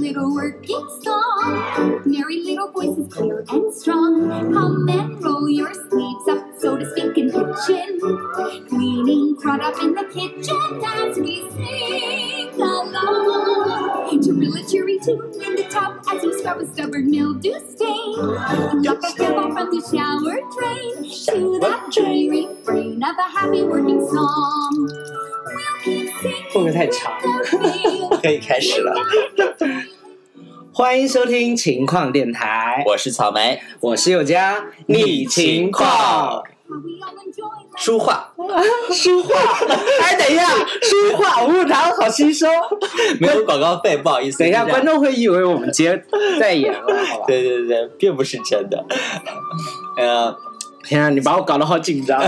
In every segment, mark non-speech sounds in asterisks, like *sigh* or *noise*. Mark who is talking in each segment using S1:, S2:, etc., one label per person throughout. S1: working song. Merry little voices clear and strong. Come and roll your sleeves up, so to speak, in kitchen. Cleaning crud up in the kitchen as we sing along. Jerilla cheery tune in the tub as we scrub a stubborn mildew stain. Drop a pebble from the shower drain to that dreary refrain of a happy working song. We'll keep singing
S2: 会不会太长？
S1: the
S3: 可以开始了。
S1: real.
S2: 欢迎收听情况电台，
S3: 我是草莓，
S2: 我是佑佳，
S3: 逆情况书画
S2: 书 *laughs* 画。哎，等一下，书画五五堂好吸收。
S3: 没有广告费，不好意思。
S2: 等一下，
S3: 是这样
S2: 观众会以为我们接代言了，好 *laughs* 吧？
S3: 对对对，并不是真的。呃，
S2: 天啊，你把我搞得好紧张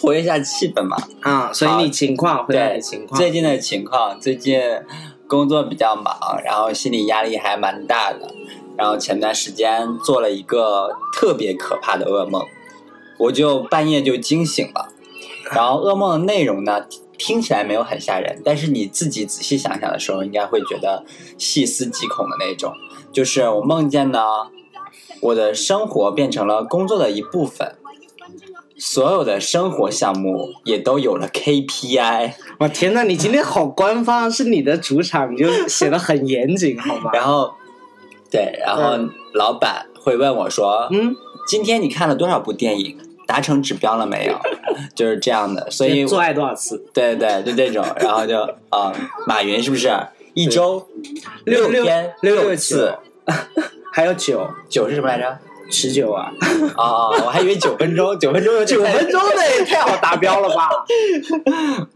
S3: 活跃一下气氛嘛。
S2: *laughs* 啊！所以你情况，回来
S3: 对
S2: 的情，况，
S3: 最近的情况，最近工作比较忙，然后心理压力还蛮大的。然后前段时间做了一个特别可怕的噩梦，我就半夜就惊醒了。然后噩梦的内容呢，听起来没有很吓人，但是你自己仔细想想的时候，应该会觉得细思极恐的那种。就是我梦见呢，我的生活变成了工作的一部分，所有的生活项目也都有了 KPI。
S2: 我天呐，你今天好官方，是你的主场，你就写的很严谨，好 *laughs* 吗？
S3: 然后，对，然后
S2: 嗯
S3: 老板会问我说：“
S2: 嗯，
S3: 今天你看了多少部电影？达成指标了没有？” *laughs* 就是这样的，所以
S2: 做爱多少次？
S3: 对对，就这种，然后就啊、马云是不是一周
S2: 六
S3: 六天
S2: 六
S3: 六
S2: 六
S3: 次
S2: 九？还有九
S3: 九是什么
S2: *laughs*
S3: 来着？
S2: 十九啊，
S3: 哦，我还以为九分钟，九分钟有
S2: 九分钟的也太好达标了 *laughs* 吧？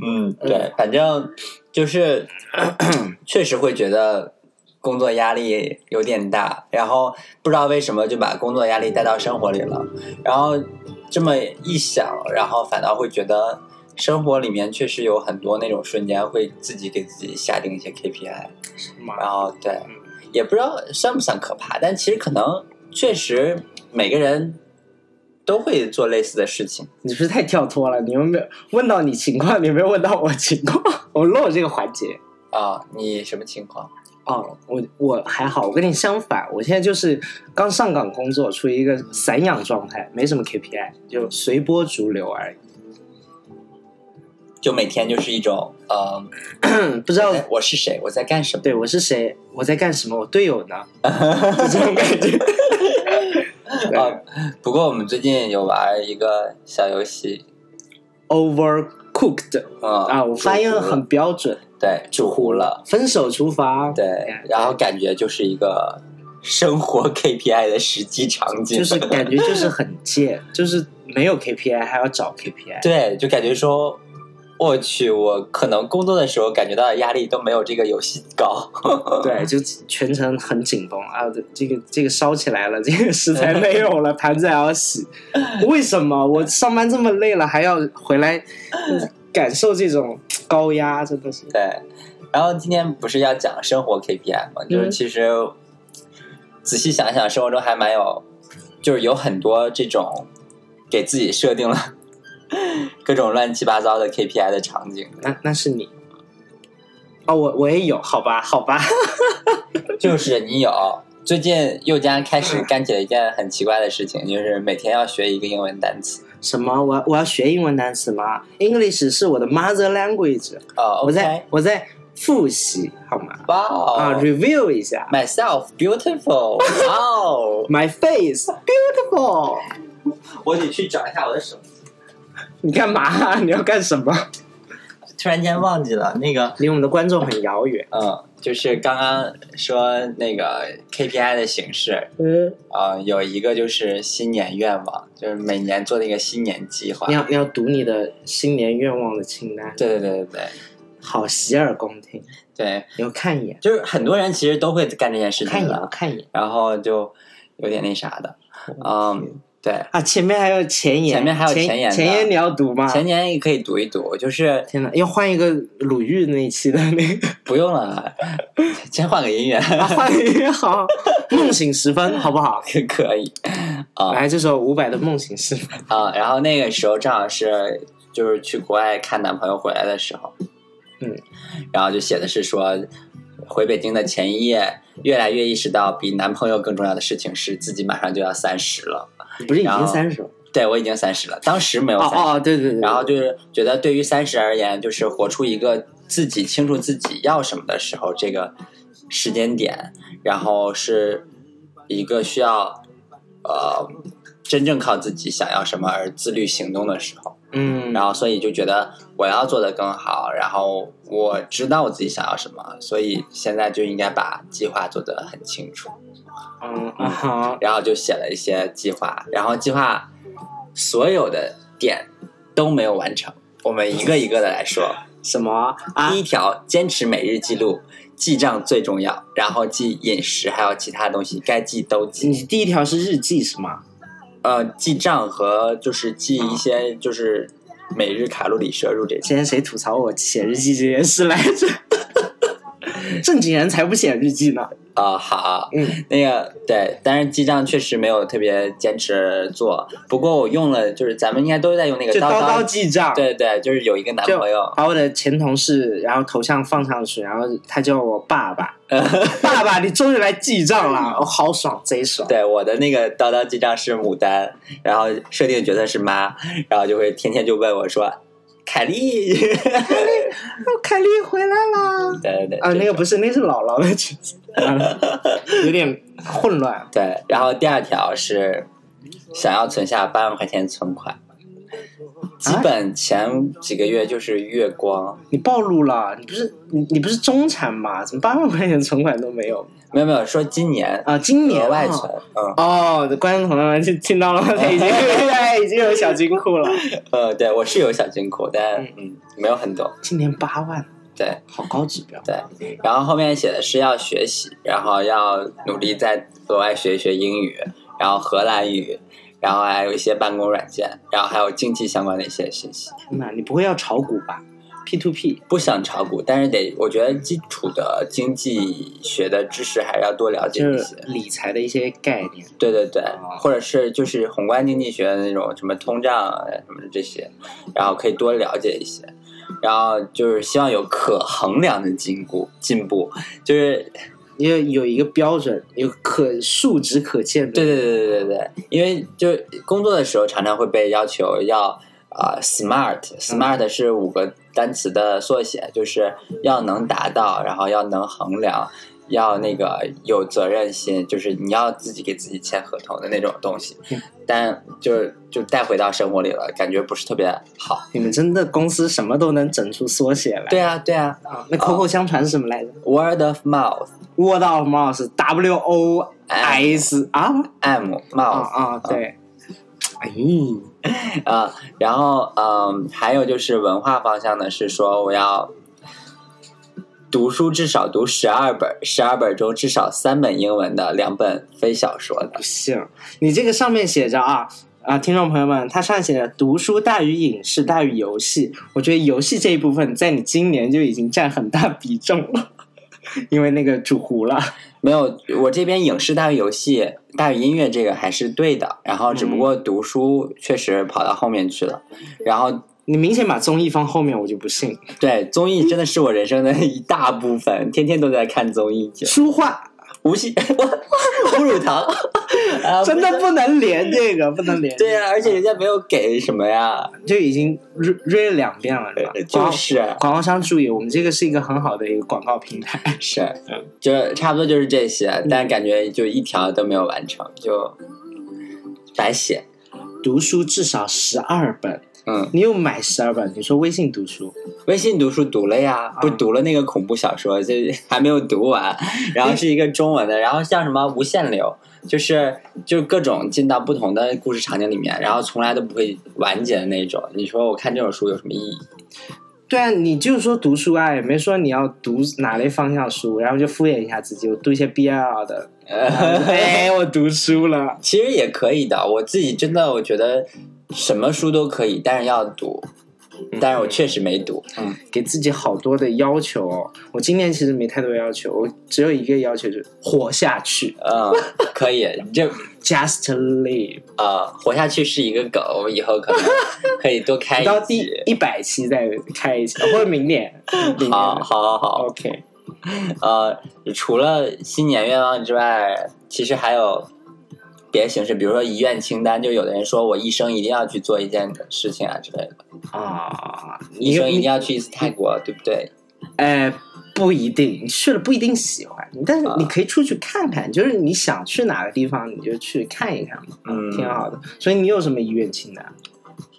S3: 嗯，对，反正就是 *coughs* 咳咳确实会觉得工作压力有点大，然后不知道为什么就把工作压力带到生活里了，然后这么一想，然后反倒会觉得生活里面确实有很多那种瞬间会自己给自己下定一些 KPI，然后对，也不知道算不算可怕，但其实可能确实每个人都会做类似的事情。
S2: 你是不是太跳脱了？你有没有问到你情况？你没有问到我情况， *laughs* 我漏了这个环节。
S3: 啊，你什么情况？
S2: 哦，我我还好，我跟你相反，我现在就是刚上岗工作，处于一个散养状态，没什么 KPI，就随波逐流而已。
S3: 就每天就是一种，呃，
S2: 嗯，不知道
S3: 哎我是谁，我在干什么？
S2: 对我是谁，我在干什么，我队友 *laughs* 呢？就这种感 *laughs* 觉。哦
S3: 啊，不过我们最近有玩一个小游戏，
S2: Overcooked
S3: 嗯
S2: 啊，我发音
S3: 煮糊了
S2: 很标准。
S3: 对，煮糊了，
S2: 分手厨房，
S3: 对，然后感觉就是一个生活 *laughs* KPI 的实际场景，
S2: 就是感觉就是很贱，就是没有 KPI 还要找 KPI。
S3: 对，就感觉说。我去，我可能工作的时候感觉到的压力都没有这个游戏高。
S2: 对，就全程很紧绷啊！这个这个烧起来了，这个食材没有了，盘子还要洗，为什么我上班这么累了还要回来感受这种高压？真的是
S3: 对，然后今天不是要讲生活 KPI 嘛，就是
S2: 嗯
S3: 其实仔细想想，生活中还蛮有，就是有很多这种给自己设定了各种乱七八糟的 KPI 的场景，
S2: 那那是你哦，我我也有，好吧，好吧， *laughs*
S3: 就是你有。最近佑佳开始干起了一件很奇怪的事情，就是每天要学一个英文单词。
S2: 什么？我我要学英文单词吗？English 是我的 mother language，
S3: 哦、
S2: 我
S3: o
S2: 在
S3: k
S2: 我在复习，好吗？
S3: 哇哦、
S2: 啊，review 一下
S3: m y s e l f beautiful，哇
S2: *laughs*
S3: 哦！
S2: ，my face beautiful。
S3: 我得去找一下我的手机，
S2: 你干嘛？你要干什么？
S3: 突然间忘记了那个
S2: *laughs* 离我们的观众很遥远。
S3: 嗯，就是刚刚说那个 KPI 的形式，
S2: 嗯，
S3: 呃，有一个就是新年愿望，就是每年做的一个新年计划
S2: 你。要你要读你的新年愿望的清单，
S3: 对对对对对
S2: 好洗耳恭听。
S3: 对，
S2: 你要看一眼，
S3: 就是很多人其实都会干这件事
S2: 看一
S3: 情
S2: 眼，我
S3: 的，
S2: 看一眼
S3: 然后就有点那啥的，嗯，对，
S2: 啊！前面还有前言，
S3: 前面还有前
S2: 前
S3: 言的
S2: 前言你要读吗？
S3: 前年也可以读一读，就是
S2: 天哪，要换一个鲁豫那一期的那个，
S3: 不用了， *laughs* 先换个音乐 *laughs*
S2: 啊 *laughs* 换一个好， *laughs* 梦醒时分，好不好？
S3: 可可以啊。
S2: 来，这首伍佰的《梦醒时分》，
S3: 啊，然后那个时候正好是就是去国外看男朋友回来的时候，
S2: 嗯，
S3: 然后就写的是说回北京的前一夜，越来越意识到比男朋友更重要的事情是自己马上就要三十了。
S2: 不是已
S3: 然
S2: 经
S3: 后
S2: 三十了？
S3: 对我已经三十了，当时没有
S2: 哦
S3: 三十、
S2: 哦，对对对，
S3: 然后就是觉得对于三十而言，就是活出一个自己清楚自己要什么的时候这个时间点，然后是一个需要呃真正靠自己想要什么而自律行动的时候。
S2: 嗯，
S3: 然后所以就觉得我要做的更好，然后我知道我自己想要什么，所以现在就应该把计划做得很清楚，
S2: 嗯啊哈，
S3: 然后就写了一些计划，然后计划所有的点都没有完成，我们一个一个的来说。
S2: 什么啊
S3: 第？一条，坚持每日记录，记账最重要，然后记饮食，还有其他东西该记都记。
S2: 你第一条是日记是吗？
S3: 呃，记账和就是记一些就是每日卡路里摄入这些。
S2: 之前谁吐槽我写日记这件事来着？ *laughs* 正经人才不写日记呢。
S3: 啊、好，
S2: 嗯，
S3: 那个对，但是记账确实没有特别坚持做。不过我用了，就是咱们应该都在用那个
S2: 就
S3: 叨
S2: 叨
S3: 叨
S2: 叨记账。
S3: 对对，就是有一个男
S2: 就
S3: 朋友，
S2: 把我的前同事，然后头像放上去，然后他叫我爸爸，
S3: 嗯
S2: 爸爸，你终于来记账了，我、好爽，贼爽。
S3: 对我的那个叨叨记账是牡丹，然后设定角色是妈，然后就会天天就问我说：“凯莉，
S2: 哦凯莉回来啦！
S3: *laughs* 对对对，
S2: 啊，
S3: 这
S2: 那个
S3: 种
S2: 不是，那是姥姥的裙
S3: *laughs*
S2: 子，完了有点混乱。
S3: 对。”然后第二条是想要存下八万块钱存款，基
S2: 啊
S3: 本前几个月就是月光。
S2: 你暴露了，你不是你你不是中产吗？怎么八万块钱存款都没有
S3: 没有没有，说今年
S2: 啊？今年
S3: 额外
S2: 啊
S3: 存，嗯，
S2: 哦，观众朋友们听听到了吗？他已经他已经有小金库了，
S3: 呃，对我是有小金库，但嗯没有很多。
S2: *laughs* 今年八万，
S3: 对
S2: 好高指标。
S3: 对，然后后面写的是要学习，然后要努力再额外学一学英语，然后荷兰语，然后还有一些办公软件，然后还有经济相关的一些信息。
S2: 天哪，你不会要炒股吧？P to P，
S3: 不想炒股，但是得我觉得基础的经济学的知识还是要多了解
S2: 就
S3: 一
S2: 是
S3: 些。
S2: 理财的一些概念。
S3: 对对对
S2: 哦，
S3: 或者是就是宏观经济学的那种什么通胀啊什么这些，然后可以多了解一些，然后就是希望有可衡量的进步进步，就是
S2: 因为有一个标准，有可数值可见的。
S3: 对对对对对对，因为就工作的时候常常会被要求要啊、smart，smart 是五个单词的缩写，就是要能达到，然后要能衡量。要那个有责任心，就是你要自己给自己签合同的那种东西
S2: 嗯，
S3: 但就是就带回到生活里了，感觉不是特别好。
S2: 你们真的公司什么都能整出缩写来。
S3: 对啊，对啊
S2: 啊，那口口相传是什么来着
S3: ，word of mouth，m
S2: ？Word of mouth 是 W O S R 啊
S3: mouth，
S2: 啊，对。哎呦，
S3: 啊、然后嗯，还有就是文化方向呢，是说我要读书至少读十二本，十二本中至少三本英文的，两本非小说的
S2: 不。信！你这个上面写着啊啊，听众朋友们，它上面写着读书大于影视大于游戏，我觉得游戏这一部分在你今年就已经占很大比重了， *laughs* 因为那个主湖了。
S3: 没有，我这边影视大于游戏大于音乐这个还是对的，然后只不过
S2: 嗯
S3: 读书确实跑到后面去了。然后
S2: 你明显把综艺放后面，我就不信。
S3: 对综艺真的是我人生的一大部分，天天都在看综艺节目，
S2: 书画
S3: 无 *laughs* 锡我我乳
S2: *laughs*
S3: 糖，啊
S2: 真的不能连这个，不能连，
S3: 对呀、而且人家没有给什么呀。
S2: 就已经约约了两遍了，对吧？
S3: 就
S2: 广
S3: 是
S2: 广告商注意，我们这个是一个很好的一个广告平台。
S3: 是，就是差不多就是这些，但感觉就一条都没有完成，就白写。
S2: 读书至少十二本，
S3: 嗯，
S2: 你又买十二本，你说微信读书，
S3: 微信读书读了呀，不是
S2: 啊
S3: 读了那个恐怖小说，就还没有读完，然后是一个中文的，然后像什么无限流，就是就各种进到不同的故事场景里面，然后从来都不会完结的那种。你说我看这种书有什么意义？
S2: 对啊，你就说读书啊，也没说你要读哪类方向书，然后就敷衍一下自己，我读一些 BL 的，
S3: *laughs*
S2: 哎，我读书了。
S3: 其实也可以的，我自己真的我觉得什么书都可以，但是要读，但是我确实没读。嗯，
S2: 给自己好多的要求哦，我今年其实没太多要求，我只有一个要求，就是活下去
S3: 嗯，可以，你这
S2: ，just live。
S3: 呃，活下去是一个梗，我们以后可能可以多开一
S2: 到第
S3: 集。
S2: 一百期再开一期，或者明年。明年
S3: 好，好，好，
S2: OK，
S3: 呃，除了新年愿望之外，其实还有别的形式，比如说遗愿清单，就有的人说我一生一定要去做一件事情啊之类的，
S2: 啊，
S3: 一
S2: 你
S3: 生一定
S2: 你
S3: 要去一次泰国，对不对？
S2: 哎，不一定，你去了不一定喜欢，但是
S3: 啊
S2: 你可以出去看看，就是你想去哪个地方你就去看一看嘛，
S3: 嗯
S2: 挺好的。所以你有什么遗愿清单？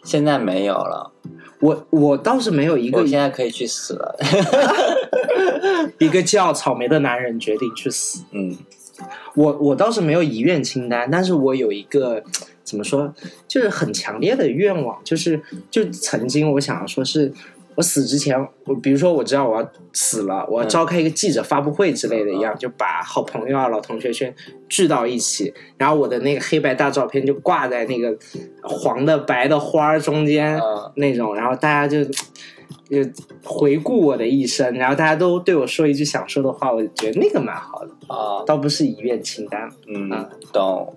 S3: 现在没有了，
S2: 我我倒是没有一个
S3: 我现在可以去死了。 *laughs*
S2: 一个叫草莓的男人决定去死。
S3: 嗯
S2: 我我倒是没有遗愿清单，但是我有一个怎么说，就是很强烈的愿望，就是就曾经我想说是。我死之前，我比如说我知道我要死了，我要召开一个记者发布会之类的一样，就把好朋友啊、老同学圈聚到一起，然后我的那个黑白大照片就挂在那个黄的、白的花儿中间，
S3: 嗯
S2: 那种，然后大家就就回顾我的一生，然后大家都对我说一句想说的话，我觉得那个蛮好的，
S3: 啊
S2: 倒不是遗愿清单。
S3: 嗯
S2: 啊，
S3: 懂。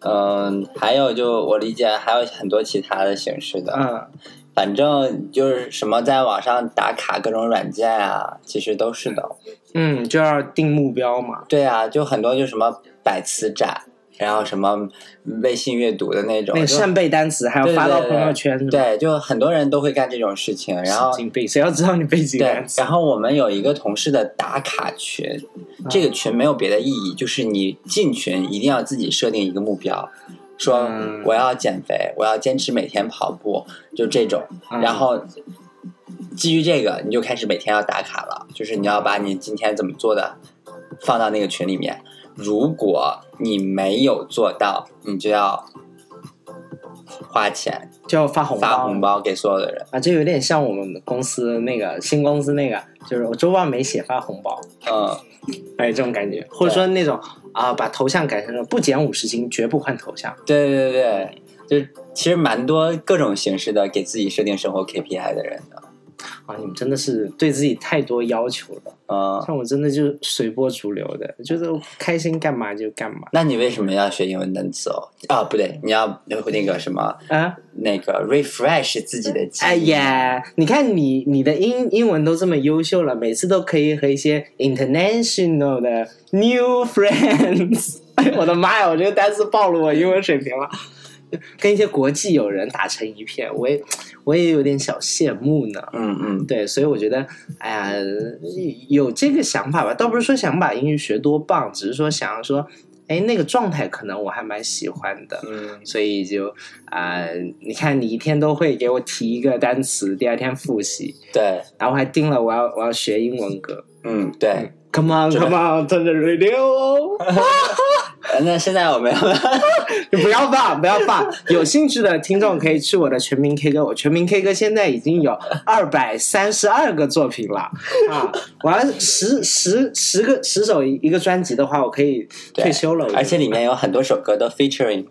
S3: 嗯，还有就我理解，还有很多其他的形式的。
S2: 嗯，
S3: 反正就是什么在网上打卡各种软件啊，其实都是的。
S2: 嗯，就要定目标嘛。
S3: 对啊，就很多就什么百词斩，然后什么微信阅读的那种，
S2: 那个
S3: 就
S2: 扇贝单词还要
S3: 对
S2: 发到
S3: 对
S2: 朋友圈，是吧，
S3: 对，就很多人都会干这种事情。然后
S2: 神经病，谁要知道你背几个
S3: 对
S2: 单，词
S3: 然？后我们有一个同事的打卡群，这个群没有别的意义，就是你进群一定要自己设定一个目标，说
S2: 嗯
S3: 我要减肥，我要坚持每天跑步，就这种。
S2: 嗯
S3: 然后基于这个，你就开始每天要打卡了，就是你要把你今天怎么做的放到那个群里面。如果你没有做到，你就要花钱
S2: 就要发红
S3: 发
S2: 包
S3: 红。包给所有的人。
S2: 啊，这有点像我们公司那个新公司那个，就是我周报没写发红包，
S3: 嗯，
S2: 哎，这种感觉，或者说那种啊，把头像改成了不减五十斤，绝不换头像。
S3: 对对对，就是其实蛮多各种形式的给自己设定生活 KPI 的人的。
S2: 啊，你们真的是对自己太多要求了。
S3: 嗯，
S2: 像我真的就是随波逐流的，就是我开心干嘛就干嘛
S3: 那你为什么要学英文单词哦？啊，不对，你要那个什么，
S2: 啊！
S3: 那个 refresh 自己的记忆。
S2: 哎，呀，你看你你的英英文都这么优秀了，每次都可以和一些 international 的 new friends，哎， *laughs* 我的妈呀，我这个单词暴露我英文水平了。跟一些国际友人打成一片，我也我也有点小羡慕呢。
S3: 嗯嗯，
S2: 对，所以我觉得，哎呀，有这个想法吧，倒不是说想把英语学多棒，只是说想要说，哎，那个状态可能我还蛮喜欢的，
S3: 嗯，
S2: 所以就啊、你看你一天都会给我提一个单词，第二天复习，
S3: 对，
S2: 然后我还定了我要我要学英文歌
S3: 嗯对。
S2: ，Come on
S3: 是的
S2: Come on turn the radio，on
S3: 呃那现在我们要 *laughs*
S2: 你不要放不要放，有兴趣的听众可以去我的全民 K 歌，我全民 K 歌现在已经有二百三十二个作品了啊！ *laughs* 我要十十十个十首一个专辑的话，我可以
S3: 对
S2: 退休了。我觉得
S3: 而且里面有很多首歌都 featuring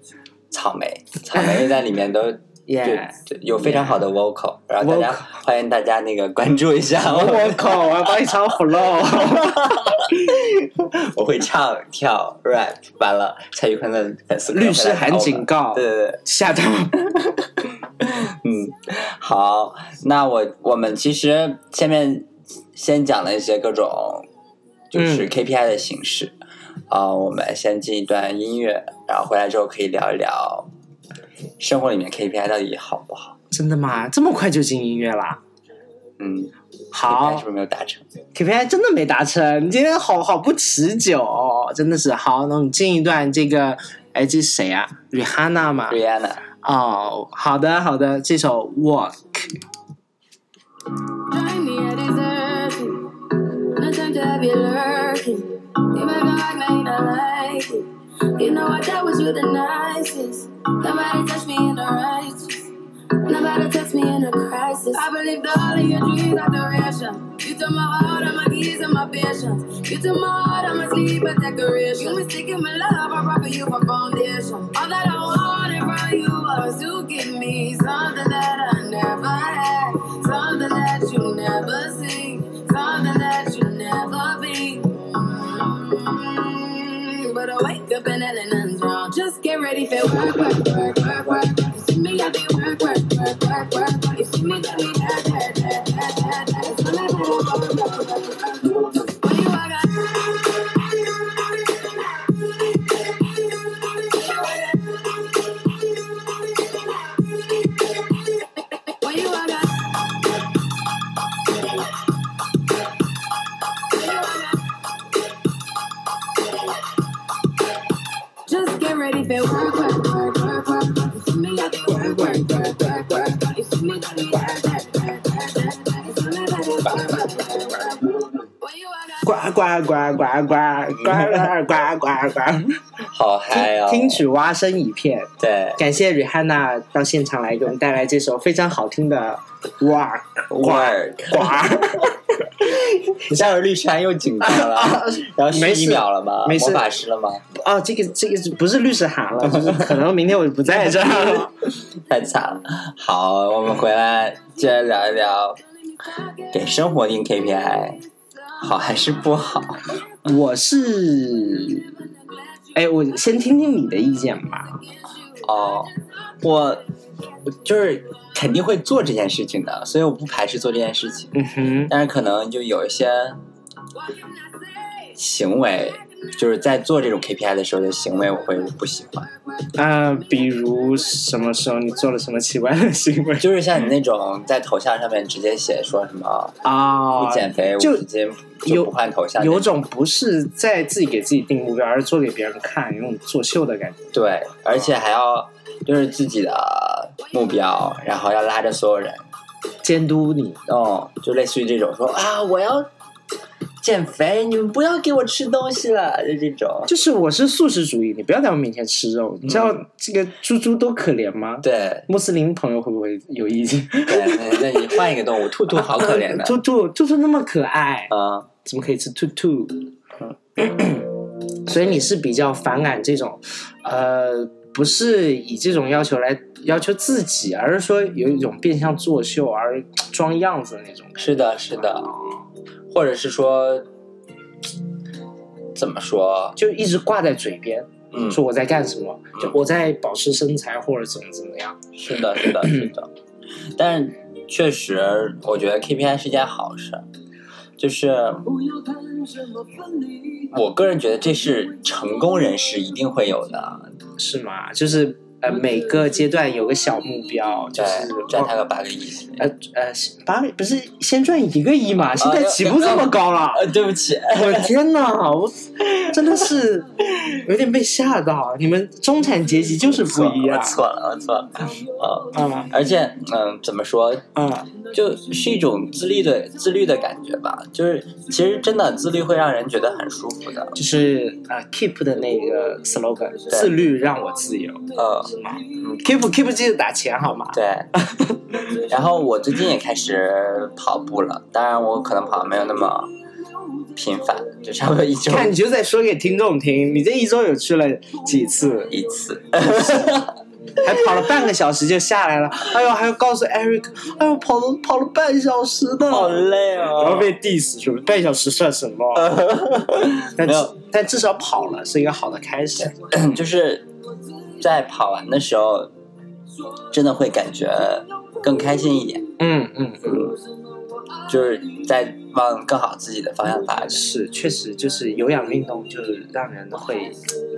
S3: 草莓，草莓在里面都
S2: *laughs* Yeah
S3: 就有非常好的 vocal，然后大家欢迎大家那个关注一下我
S2: 我靠，我要帮你唱 flow。
S3: 我会唱跳 rap，完了，蔡徐坤的粉丝
S2: 律师函警
S3: 告，
S2: 告
S3: 对，对对，
S2: 吓到。 *laughs*
S3: 嗯，好，那我我们其实前面先讲了一些各种就是
S2: 嗯
S3: KPI 的形式啊、我们先进一段音乐，然后回来之后可以聊一聊生活里面 KPI 到底好不好，
S2: 真的吗？这么快就进音乐啦？
S3: 嗯，KPI 是
S2: 好
S3: 不是没有达成？
S2: ，KPI 真的没达成，你今天好好不持久、哦，真的是好。那我们进一段这个，哎，这是谁啊？Rihanna 吗？
S3: 瑞安娜，
S2: 哦，好的好的，这首 Walk，
S4: Join me at exerting. No time to have you lurking. You make me like me, I like it. You know I dealt with you the nicest. Nobody touched me in the righteous. Nobody touched me in a crisis. I believed all of your dreams are duration. You took my heart, all my keys, and my patience. You took my heart, all my sleep, a decoration. You mistaken my love, I brought for you for foundation. All that I wanted from you was to give me something that I never had, something that you never see, something that you never be. Mm, But I wake up and nothing- nothing's wrong. Just get ready for work, work, work, work, work. You see me, I be work, work, work, work, work. You see me, I be that, that, that, that, that, that. It's all about work, When you walk out, when you walk out, when you walk out. Just get ready for work, work, work, work, work. You see me got the work, work, work, work, work. You see me got the work, work, work, work, work. You see me got the work, work, work, work, work. When you walk out,
S2: 呱呱呱呱呱呱呱呱呱！
S3: 好嗨哦！
S2: 听曲蛙声一片，
S3: 对，
S2: 感谢 Rihanna 到现场来给我们带来这首非常好听的《哇
S3: 味儿，
S2: 呱》。
S3: 你下回绿山又警告
S2: *laughs*
S3: 了，然后
S2: 没
S3: 十
S2: 事
S3: 一秒了吗？
S2: 没事
S3: 魔法师了吗？
S2: 哦，这个这个不是律师函了，就是可能明天我就不在这儿了。
S3: 太惨了。好，我们回来接着聊一聊，给生活定 KPI 好还是不好？
S2: 我是，哎，我先听听你的意见吧。
S3: 哦，我我就是肯定会做这件事情的，所以我不排斥做这件事情，
S2: 嗯哼，
S3: 但是可能就有一些行为，就是在做这种 KPI 的时候的行为，我会不喜欢。
S2: 呃，比如什么时候你做了什么奇怪的行为
S3: 就是像你那种在头像上面直接写说什么
S2: *laughs* 啊
S3: 不减肥五
S2: 就
S3: 十斤
S2: 有
S3: 就不换头像，
S2: 有种不是在自己给自己定目标，而是做给别人看，有种作秀的感觉。
S3: 对，而且还要就是自己的目标，然后要拉着所有人，
S2: 监督你，
S3: 哦，就类似于这种说啊，我要减肥，你们不要给我吃东西了，就这种。
S2: 就是我是素食主义，你不要在我面前吃肉。你知道
S3: 嗯
S2: 这个猪猪多可怜吗？
S3: 对
S2: 穆斯林朋友会不会有意见？
S3: 对，那那你换一个动物，兔兔好可
S2: *laughs*
S3: 怜的
S2: 兔兔兔兔那么可爱，
S3: 啊、
S2: 怎么可以吃兔兔？嗯所以你是比较反感这种，呃，不是以这种要求来要求自己，而是说有一种变相作秀而装样子的那种感觉。
S3: 是的，是的，或者是说怎么说？
S2: 就一直挂在嘴边，
S3: 嗯，
S2: 说我在干什么，就我在保持身材或者怎么怎么样。
S3: 是的，是 *clears throat* 的，是的。但确实，我觉得 KPI 是件好事儿，就是我个人觉得这是成功人士一定会有的，
S2: 是吗？就是呃，每个阶段有个小目标，就
S3: 对
S2: 是，
S3: 赚他个八个亿之类的。
S2: 呃呃八不是先赚一个亿
S3: 啊
S2: 嘛？现在起步这么高了，
S3: 呃，对不起，
S2: *laughs* 我的天哪！我真的是有点被吓到。你们中产阶级就是不一样
S3: 我错了，我错了，啊、
S2: 啊
S3: 而且，嗯、怎么说，
S2: 啊！
S3: 就是一种自律的自律的感觉吧。就是其实真的自律会让人觉得很舒服的，
S2: 就是啊，Keep 的那个 slogan，自律让我自由。
S3: 呃，
S2: Keep Keep 记得打钱好吗？
S3: 对。 *laughs* 然后我最近也开始跑步了，当然我可能跑得没有那么频繁，就差不多一周
S2: 看你就在说给听众听，你这一周有去了几次？
S3: 一次。 *laughs*
S2: 还跑了半个小时就下来了，哎呦，还要告诉 Eric，哎呦，跑了跑了半小时的，
S3: 好累
S2: 然后
S3: 哦。
S2: 被 diss 是不是？半小时算什
S3: *laughs*
S2: 么？但
S3: 没有
S2: 但至少跑了是一个好的开始。
S3: *clears throat* 就是在跑完的时候，真的会感觉更开心一点，
S2: 嗯嗯嗯，
S3: 就是在往更好自己的方向发展。
S2: 是，确实就是有氧运动，就是让人会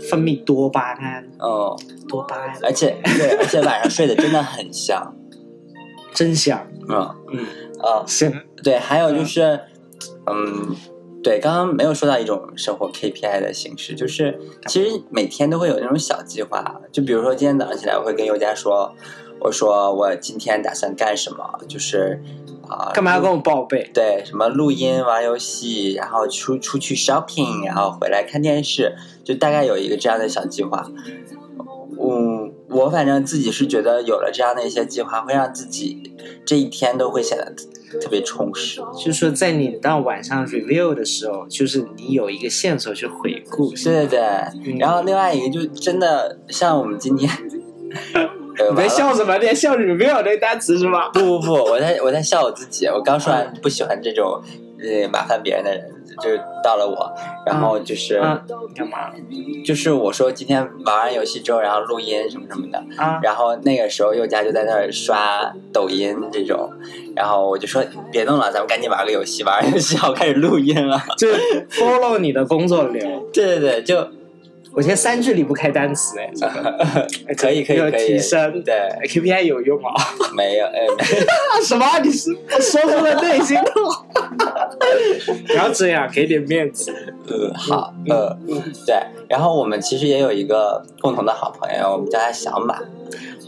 S2: 分泌多巴胺，
S3: 嗯，
S2: 多巴胺
S3: 而且 *laughs* 对，而且晚上睡得真的很香。
S2: 真香。
S3: 嗯
S2: 嗯，
S3: 呃，
S2: 行，
S3: 对，还有就是，嗯，对，刚刚没有说到一种生活 KPI 的形式，就是其实每天都会有那种小计划，就比如说今天早上起来，我会跟尤佳说，我说我今天打算干什么，就是啊，
S2: 干嘛要跟我报备？
S3: 对，什么录音、玩游戏，然后出出去 shopping，然后回来看电视，就大概有一个这样的小计划。嗯，我反正自己是觉得有了这样的一些计划，会让自己这一天都会显得特特别充实。
S2: 就是说，在你到晚上 review 的时候，就是你有一个线索去回顾。
S3: 对对对，然后另外一个就真的像我们
S2: *laughs*
S3: 今天，呃
S2: 你在。
S3: 完了
S2: 笑什么？你在笑 review 那单词是吗？
S3: 不不不，我在我在笑我自己，我刚说完不喜欢这种呃麻烦别人的人，就是到了我，然后就是、
S2: 啊，你干嘛
S3: 就是我说今天玩完游戏之后，然后录音什么什么的，
S2: 啊？
S3: 然后那个时候佑佳就在那儿刷抖音这种，然后我就说别弄了，咱们赶紧玩个游戏，玩完游戏好开始录音了。
S2: 就 follow 你的工作流。
S3: 对对对，就
S2: 我现在三句离不开单词哎， *laughs*
S3: 可以可以
S2: 要
S3: 可以
S2: 提升
S3: 对，
S2: KPI 有用啊？
S3: 没有，哎，
S2: *laughs* 什么？你是说出了内心的话？不要这样，给点面子。
S3: 嗯，好，
S2: 呃
S3: 嗯，对。然后我们其实也有一个共同的好朋友，我们叫他小马，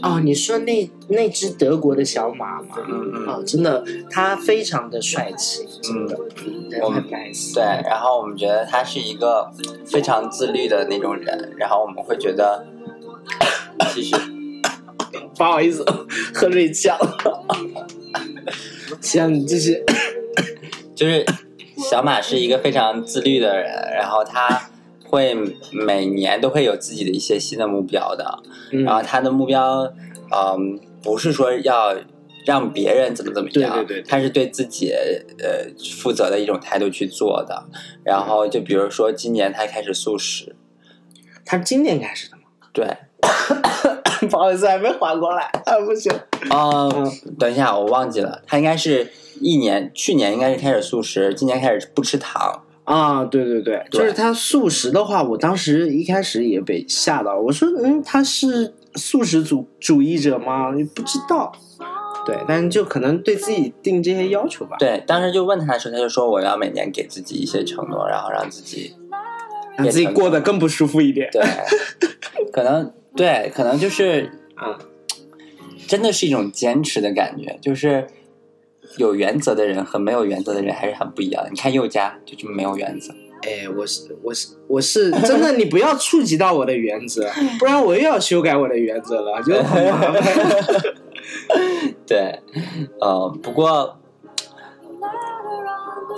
S2: 哦，你说那那只德国的小马吗？
S3: 嗯嗯。
S2: 哦，真的，他非常的帅气，真的，嗯，人
S3: 我们
S2: 很 nice。
S3: 对，然后我们觉得他是一个非常自律的那种人，然后我们会觉得，其实
S2: 不好意思， *laughs* 喝醉酒。 *laughs* 行，你继续。
S3: 就是小马是一个非常自律的人，然后他会每年都会有自己的一些新的目标的，
S2: 嗯
S3: 然
S2: 啊
S3: 后他的目标，嗯，不是说要让别人怎么怎么样，
S2: 对对对对
S3: 他是对自己呃负责的一种态度去做的。然后就比如说今年他开始素食，
S2: 他今年开始的吗？
S3: 对，
S2: *coughs* 不好意思，还没缓过来，啊，不行。
S3: 哦、
S2: 嗯
S3: 等一下，我忘记了，他应该是一年，去年应该是开始素食，今年开始不吃糖。
S2: 啊，对对对，
S3: 对
S2: 就是他素食的话，我当时一开始也被吓到，我说，嗯，他是素食主主义者吗？也不知道。对，但是就可能对自己定这些要求吧。
S3: 对，当时就问他的时候，他就说我要每年给自己一些承诺，然后让自己
S2: 让自己过得更不舒服一点。
S3: 对，可能对，可能就是
S2: 啊，
S3: 真的是一种坚持的感觉，就是有原则的人和没有原则的人还是很不一样的。你看佑佳就这么没有原则，
S2: 哎，我是我是我是真的，你不要触及到我的原则，不然我又要修改我的原则了，就很麻 *laughs* 烦。
S3: 对，呃，不过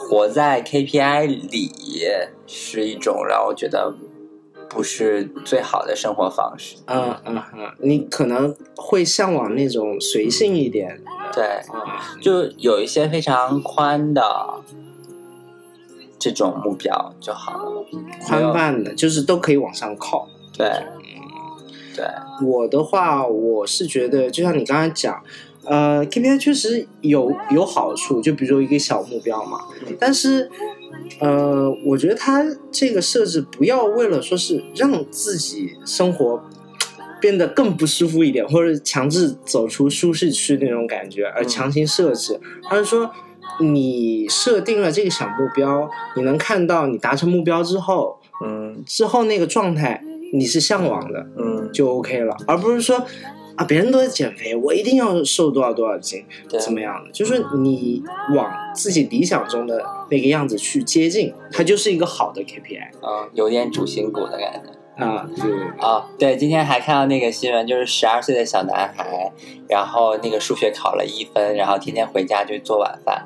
S3: 活在 KPI 里是一种让我觉得不是最好的生活方式。
S2: 嗯嗯嗯，你可能会向往那种随性一点
S3: 对，
S2: 啊，
S3: 就有一些非常宽的这种目标就好了。
S2: 宽泛的，就是都可以往上靠。
S3: 对，对，
S2: 我的话，我是觉得，就像你刚才讲，呃，KPI 确实有有好处，就比如说一个小目标嘛，但是，呃，我觉得它这个设置不要为了说是让自己生活变得更不舒服一点，或者强制走出舒适区那种感觉而强行设置，而是说。你设定了这个小目标，你能看到你达成目标之后，
S3: 嗯
S2: 之后那个状态你是向往的，
S3: 嗯，
S2: 就 OK 了，而不是说啊别人都在减肥，我一定要瘦多少多少斤，
S3: 对
S2: 怎么样的？就是你往自己理想中的那个样子去接近，它就是一个好的 KPI
S3: 嗯，有点主心骨的感觉。
S2: 啊，对，
S3: 哦，对，今天还看到那个新闻，就是十二岁的小男孩，然后那个数学考了一分，然后天天回家就做晚饭，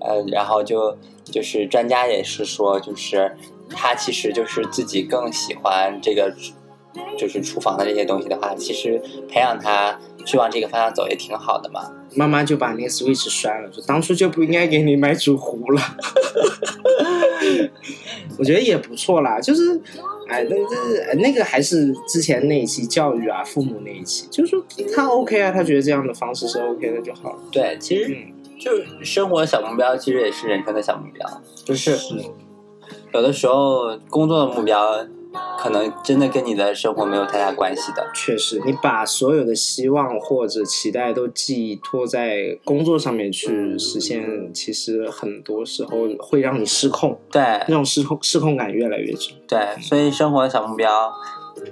S3: 呃，然后就就是专家也是说，就是他其实就是自己更喜欢这个，就是厨房的这些东西的话，其实培养他去往这个方向走也挺好的嘛。
S2: 妈妈就把那个 Switch 摔了，说当初就不应该给你买煮壶了。 *laughs* 我觉得也不错啦，就是，哎，那这哎那个还是之前那一期教育啊，父母那一期，就是说他 OK 啊，他觉得这样的方式是 OK 的就好了。
S3: 对，其实
S2: 嗯，
S3: 就是生活的小目标，其实也是人生的小目标，就是有的时候工作的目标。可能真的跟你的生活没有太大关系的，
S2: 确实，你把所有的希望或者期待都寄托在工作上面去实现，其实很多时候会让你失控，那
S3: 对
S2: 种失控失控感越来越重。
S3: 对，所以生活的小目标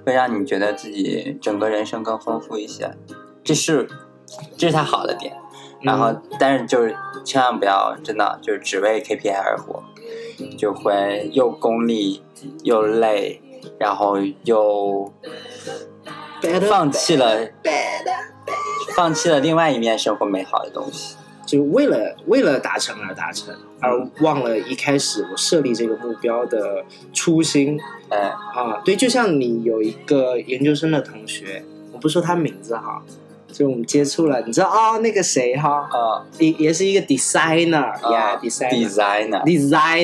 S3: 会让你觉得自己整个人生更丰富一些，这是这是它好的点。然
S2: 嗯
S3: 后，但是就是千万不要真的就是只为 KPI 而活，就会又功利又累，然后又
S2: Better
S3: 放弃了放弃了另外一面生活美好的东西。
S2: 就为了为了达成而达成，而忘了一开始我设立这个目标的初心
S3: 嗯
S2: 啊。对，就像你有一个研究生的同学，我不说他名字哈，就我们接触了，你知道哦，那个谁哈，
S3: 啊
S2: 也也是一个 designer 呀、
S3: 啊
S2: d e s i g n e r
S3: ，designer，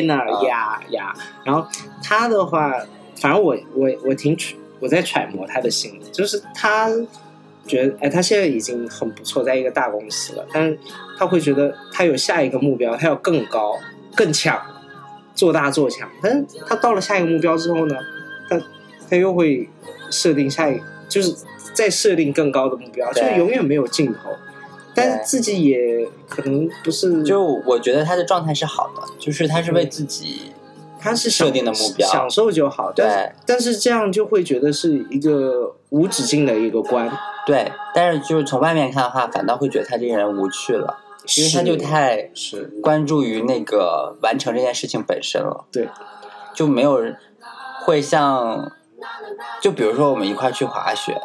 S2: designer
S3: 啊
S2: 呀呀，然后他的话，反正我我我挺揣我在揣摩他的心理，就是他觉得哎，他现在已经很不错，在一个大公司了，但是他会觉得他有下一个目标，他要更高、更强、做大做强。但是他到了下一个目标之后呢，他他又会设定下一，就是再设定更高的目标，就
S3: 对
S2: 是永远没有尽头。但是
S3: 对
S2: 自己也可能不是
S3: 就我觉得他的状态是好的，就是他是为自己，
S2: 他是享
S3: 设定的目标
S2: 享受就好。但是
S3: 对
S2: 但是这样就会觉得是一个无止境的一个关，
S3: 对，但是就是从外面看的话，反倒会觉得他这个人无趣了，因为他就是太
S2: 是
S3: 关注于那个完成这件事情本身了，
S2: 对，
S3: 就没有人会像，就比如说我们一块儿去滑雪，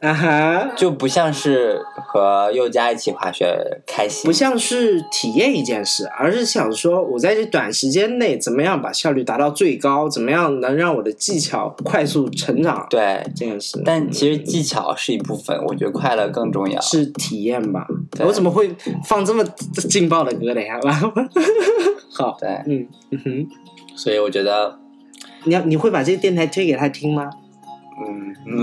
S2: 啊哈，
S3: 就不像是和佑佳一起滑雪开心，
S2: 不像是体验一件事，而是想说我在这短时间内怎么样把效率达到最高，怎么样能让我的技巧快速成长。
S3: 对，
S2: 这件事，
S3: 但其实技巧是一部分，我觉得快乐更重要。
S2: 是体验吧？
S3: 对
S2: 我怎么会放这么劲爆的歌？等一下吧。 *laughs* 好，
S3: 对，
S2: 嗯嗯哼，
S3: 所以我觉得，
S2: 你要你会把这个电台推给他听吗？
S3: 嗯，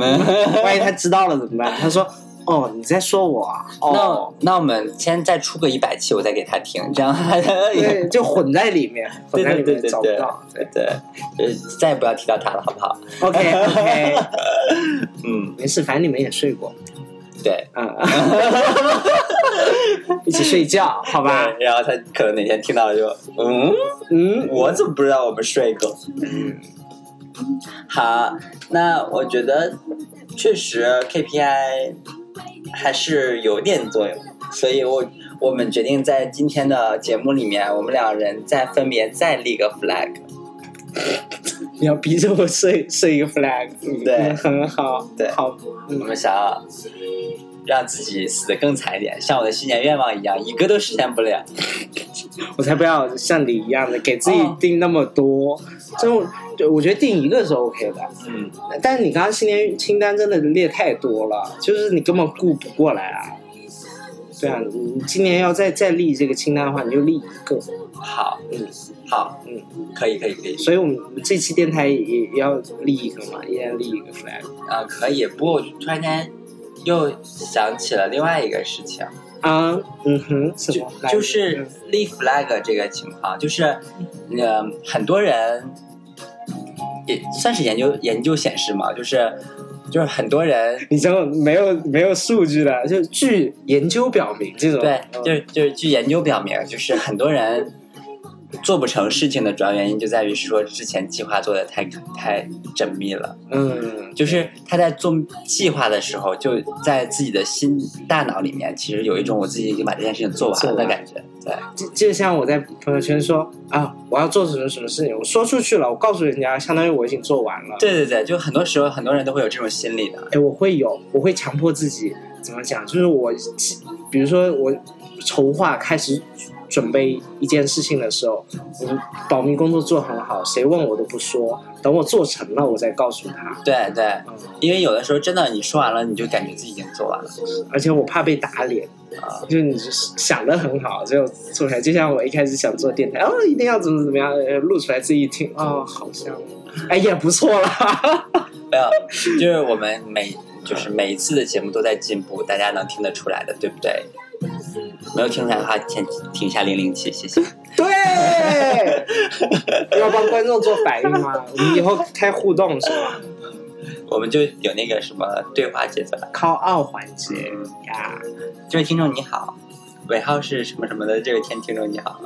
S2: 万一他知道了怎么办？他说：“哦，你在说我啊？”
S3: 那
S2: 哦，
S3: 那我们先再出个一百期，我再给他听，这样 *laughs*
S2: 对，就混在里面，混
S3: 对
S2: 在里
S3: 对对
S2: 面
S3: 对
S2: 找不
S3: 对
S2: 到。
S3: 对对，就是再也不要提到他了，好不好？
S2: OK
S3: *laughs*
S2: OK，
S3: 嗯，
S2: 没事，反正你们也睡过，
S3: 对，
S2: 嗯， *laughs* 一起睡觉，好
S3: 好
S2: 吧？
S3: 然后他可能哪天听到了就，嗯，
S2: 嗯，
S3: 我怎么不知道我们睡过？好，那我觉得确实 KPI 还是有点作用，所以我我们决定在今天的节目里面，我们两人再分别再立个 flag。
S2: 你要逼着我设设一个 flag，嗯
S3: 对
S2: 嗯很好，
S3: 对
S2: 好，
S3: 我
S2: 嗯，
S3: 们想要让自己死得更惨一点，像我的新年愿望一样，一个都实现不了。
S2: 我才不要像你一样的给自己
S3: 哦
S2: 定那么多，就就我觉得定一个是 OK 的，
S3: 嗯，
S2: 但是你刚刚新年清单真的列太多了，就是你根本顾不过来啊。对啊，你你今年要再再立这个清单的话，你就立一个。
S3: 好，
S2: 嗯，
S3: 好，
S2: 嗯
S3: 嗯，可以，可以，可以。
S2: 所以我们这期电台也也要立一个嘛，依然立一个 flag
S3: 啊、可以。不过我突然间又想起了另外一个事情，
S2: 啊，嗯哼，什
S3: 就
S2: 么来着？
S3: 就是立 flag 这个情况，就是呃，很多人也算是研究研究显示嘛，就是就是很多人。
S2: 你这种没有没有数据的，就据研究表明这种
S3: 对，
S2: 嗯
S3: 就是就是据研究表明，就是很多人做不成事情的主要原因就在于是说之前计划做的太太缜密了，
S2: 嗯
S3: 就是他在做计划的时候，就在自己的心大脑里面，其实有一种我自己已经把这件事情做完
S2: 做
S3: 了的
S2: 完
S3: 感觉。对，
S2: 就就像我在朋友圈说啊，我要做什么什么事情，我说出去了，我告诉人家，相当于我已经做完了。
S3: 对对对，就很多时候很多人都会有这种心理的。
S2: 哎，我会有，我会强迫自己怎么讲，就是我其，比如说我筹划开始准备一件事情的时候，我保密工作做很好，谁问我都不说，等我做成了我再告诉他。
S3: 对对，
S2: 嗯，
S3: 因为有的时候真的你说完了，你就感觉自己已经做完了。
S2: 而且我怕被打脸，
S3: 啊
S2: 就是你就是想的很好，就做出来，就像我一开始想做电台，哦，一定要怎么怎么样，呃录出来自己一听，哦，好像，哎，也不错 *laughs* 啦。
S3: 没有，呃就是我们每就是每一次的节目都在进步，大家能听得出来的，对不对？没有听出来的话，请听一下零零七，谢谢。
S2: 对，要帮观众做反应吗？我们以后开互动是吧？
S3: 我们就有那个什么对话节奏了。
S2: 靠傲环节呀。
S3: 这位听众你好，尾号是什么什么的？这位天听众你好，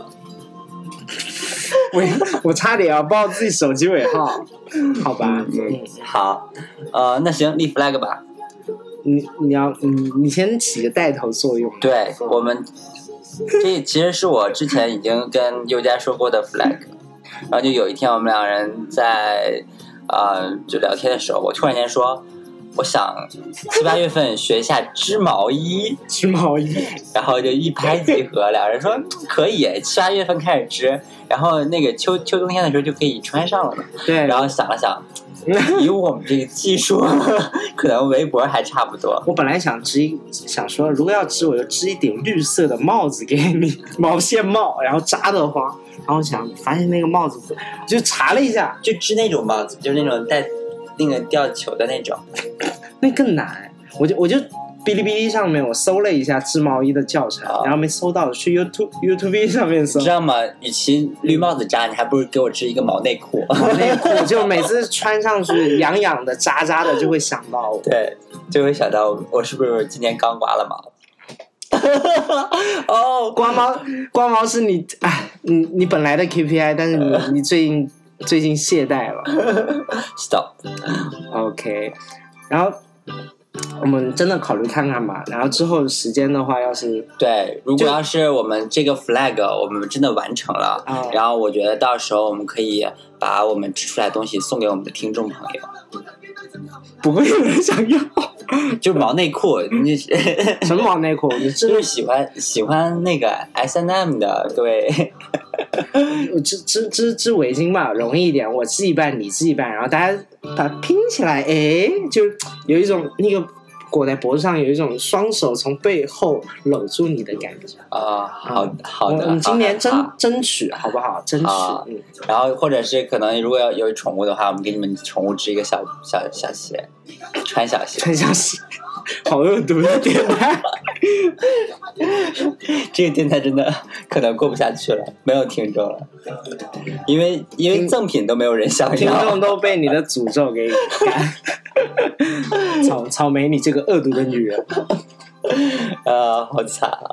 S2: 我我差点要报自己手机尾号，好吧？嗯，
S3: 好，呃，那行立 flag 吧。
S2: 你你要你你先起个带头作用。
S3: 对我们，这其实是我之前已经跟优佳说过的 flag。然后就有一天我们两人在呃就聊天的时候，我突然间说，我想七八月份学一下织毛衣，
S2: 织毛衣，
S3: 然后就一拍即合，两人说嗯可以，七八月份开始织，然后那个秋秋冬天的时候就可以穿上了嘛。
S2: 对，
S3: 然后想了想，以我们这个技术， *laughs* 可能围脖还差不多。
S2: 我本来想织一，想说如果要织，我就织一顶绿色的帽子给你， *laughs* 毛线帽，然后扎得慌。然后想发现那个帽子不，就查了一下，
S3: 就织那种帽子，就是那种带那个吊球的那种。
S2: 那更难。我就我就哔哩哔哩上面我搜了一下织毛衣的教程，
S3: 啊
S2: 然后没搜到，去 YouTube YouTube 上面搜
S3: 知。道吗？与其绿帽子扎，你还不如给我织一个毛内裤。
S2: 内裤就每次穿上去痒痒的、扎扎的，就会想到我。
S3: *laughs* 对，就会想到我是不是今年刚刮了毛？ *laughs* 哦，
S2: 刮毛，刮毛是你哎，你你本来的 KPI，但是你你最近最近懈怠了。
S3: stop，
S2: OK，然后我们真的考虑看看吧。然后之后时间的话，要是
S3: 对，如
S2: 就
S3: 果要是我们这个 flag 我们真的完成了，
S2: 啊
S3: 然后我觉得到时候我们可以把我们织出来的东西送给我们的听众朋友，
S2: 不会有人想
S3: *laughs*
S2: 要
S3: 就是毛内裤，你就
S2: 什么毛内裤，你
S3: *laughs* 就
S2: 织
S3: 是喜欢喜欢那个 S N M 的，对，
S2: 织织织织围巾吧，容易一点。我织一半，你织一半，然后大家把它拼起来，哎，就有一种那个裹在脖子上，有一种双手从背后搂住你的感觉。
S3: 啊，好
S2: 嗯
S3: 好
S2: 我
S3: 的，
S2: 我们今年
S3: 好的
S2: 争
S3: 好
S2: 争取好不好？争取，
S3: 啊
S2: 嗯， *laughs*
S3: 然后或者是可能如果要有宠物的话，我们给你们宠物织一个小小小鞋，穿小鞋。
S2: 很像是好恶毒 *laughs*
S3: *laughs*
S2: 的电台。
S3: 这个电台真的可能过不下去了，没有听众了，因为因为赠品都没有人
S2: *laughs*
S3: 想
S2: 听
S3: 要
S2: 众。都被你的诅咒给草草莓，你这个恶毒的女人，
S3: 呃，好惨啊！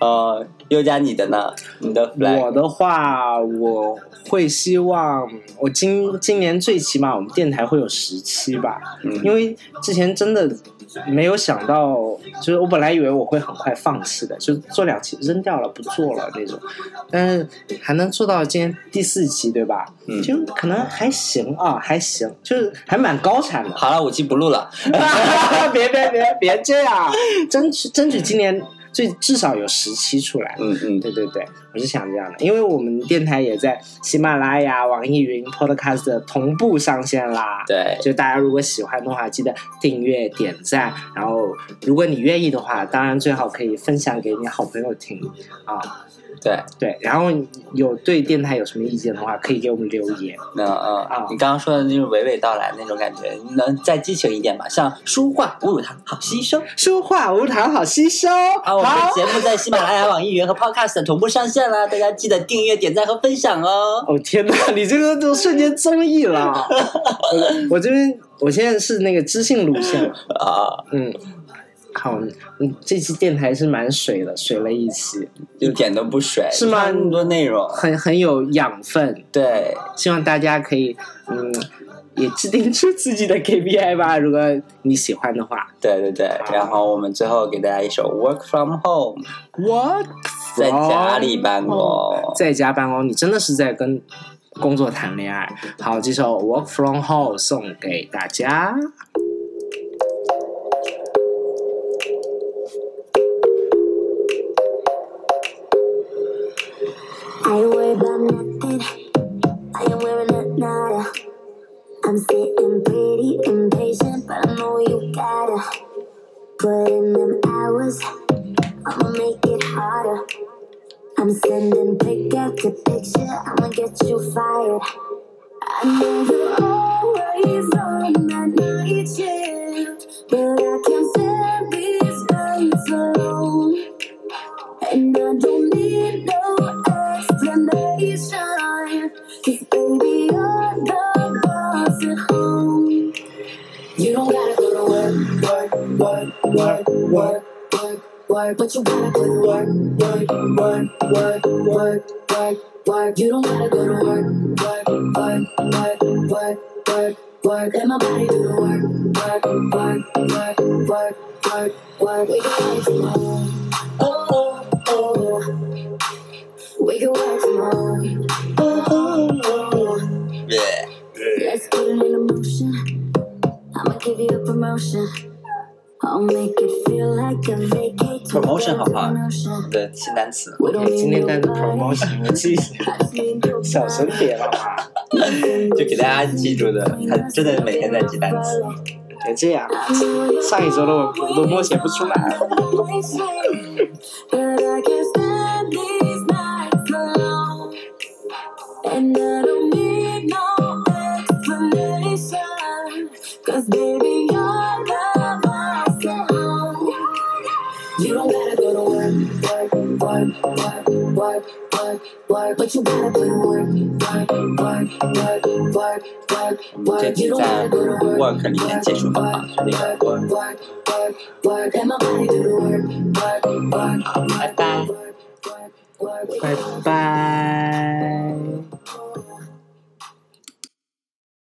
S3: 呃，优佳你的呢？你的 flag
S2: 我的话，我会希望我今今年最起码我们电台会有十期吧，
S3: 嗯
S2: 因为之前真的没有想到，就是我本来以为我会很快放弃的，就做两期扔掉了不做了那种，但是还能做到今天第四期，对吧？
S3: 嗯
S2: 就可能还行啊，还行，就是还蛮高产的。
S3: 好了，五期不录了。
S2: *laughs* 别别别别这样，争取争取今年最至少有十期出来。
S3: 嗯嗯，
S2: 对对对，我是想这样的，因为我们电台也在喜马拉雅、网易云、Podcast 同步上线啦。
S3: 对
S2: 就大家如果喜欢的话，记得订阅、点赞，然后如果你愿意的话，当然最好可以分享给你好朋友听啊。
S3: 对，
S2: 对，然后有对电台有什么意见的话，可以给我们留言。
S3: 那
S2: 啊
S3: 嗯，你刚刚说的就是娓娓道来那种感觉，能再激情一点吗？像书画侮辱他，好牺牲。
S2: 说话无糖好吸收，
S3: 啊，我们的节目在喜马拉雅、网易云和 Podcast 同步上线啦，大家记得订阅、点赞和分享哦。
S2: 哦天哪，你这个都瞬间综艺
S3: *laughs*
S2: 了。啊我我这边我现在是那个知性路线，
S3: 啊，
S2: 嗯，好，嗯，这期电台是蛮水的，水了一期，
S3: 一点都不水，
S2: 是吗
S3: 那么多内容，
S2: 很很有养分，
S3: 对，
S2: 希望大家可以嗯也制定出自己的 KPI 吧，如果你喜欢的话。
S3: 对对对。然后我们最后给大家一首 Work from Home，
S2: What？
S3: 在家里办公。
S2: 哦在家办公，你真的是在跟工作谈恋爱。好，这首《Work From Home》送给大家。
S5: I ain't worried about nothing. I ain't wearing a nada. I'm sitting pretty impatient, but I know you gotta put in them hours. I'ma make it harder. I'm sending pick after picture. I'ma get you fired. I know you're always on my night shift, but I can't stand these nights alone. And I don't need no explanation. Cause baby, you're the boss at home.
S4: You don't gotta go to work, work, work, work, work, work, work, but you gotta go to work, work, work, work, work, work, work. You don't gotta go to work, work, work, work, work, work, work. Let my body do the work, work, work, work, work, work, work. We can work from home, oh oh oh. We can work from home, oh oh oh.
S3: 耶
S5: Let's put it in motion. I'ma give you a promotion. I'll make it feel like a vacate.
S3: Promotion 好吗哈的新单词。
S2: 我今天带的 promotion，我记一下，小声点好吗？
S3: 就给大家记住的，他真的每天在记单词。
S2: 别这样，上一周的我我都默写不出来了。
S5: But I can't stand these nights alone. And I don't need no explanation. Cause baby, your love must go on.
S4: You don't gotta go to work, work, work, work, work, work, work, but you gotta put in work, work, work, work, work, work,
S3: 我们这
S4: work. You
S3: 期
S4: don't
S3: 在
S4: gotta go to work,
S3: work 里面接触到啊，这个 work。
S4: work, work, work. Let my body do the work, work, work.
S3: 好，拜拜。
S4: work, work, work.
S2: 拜拜。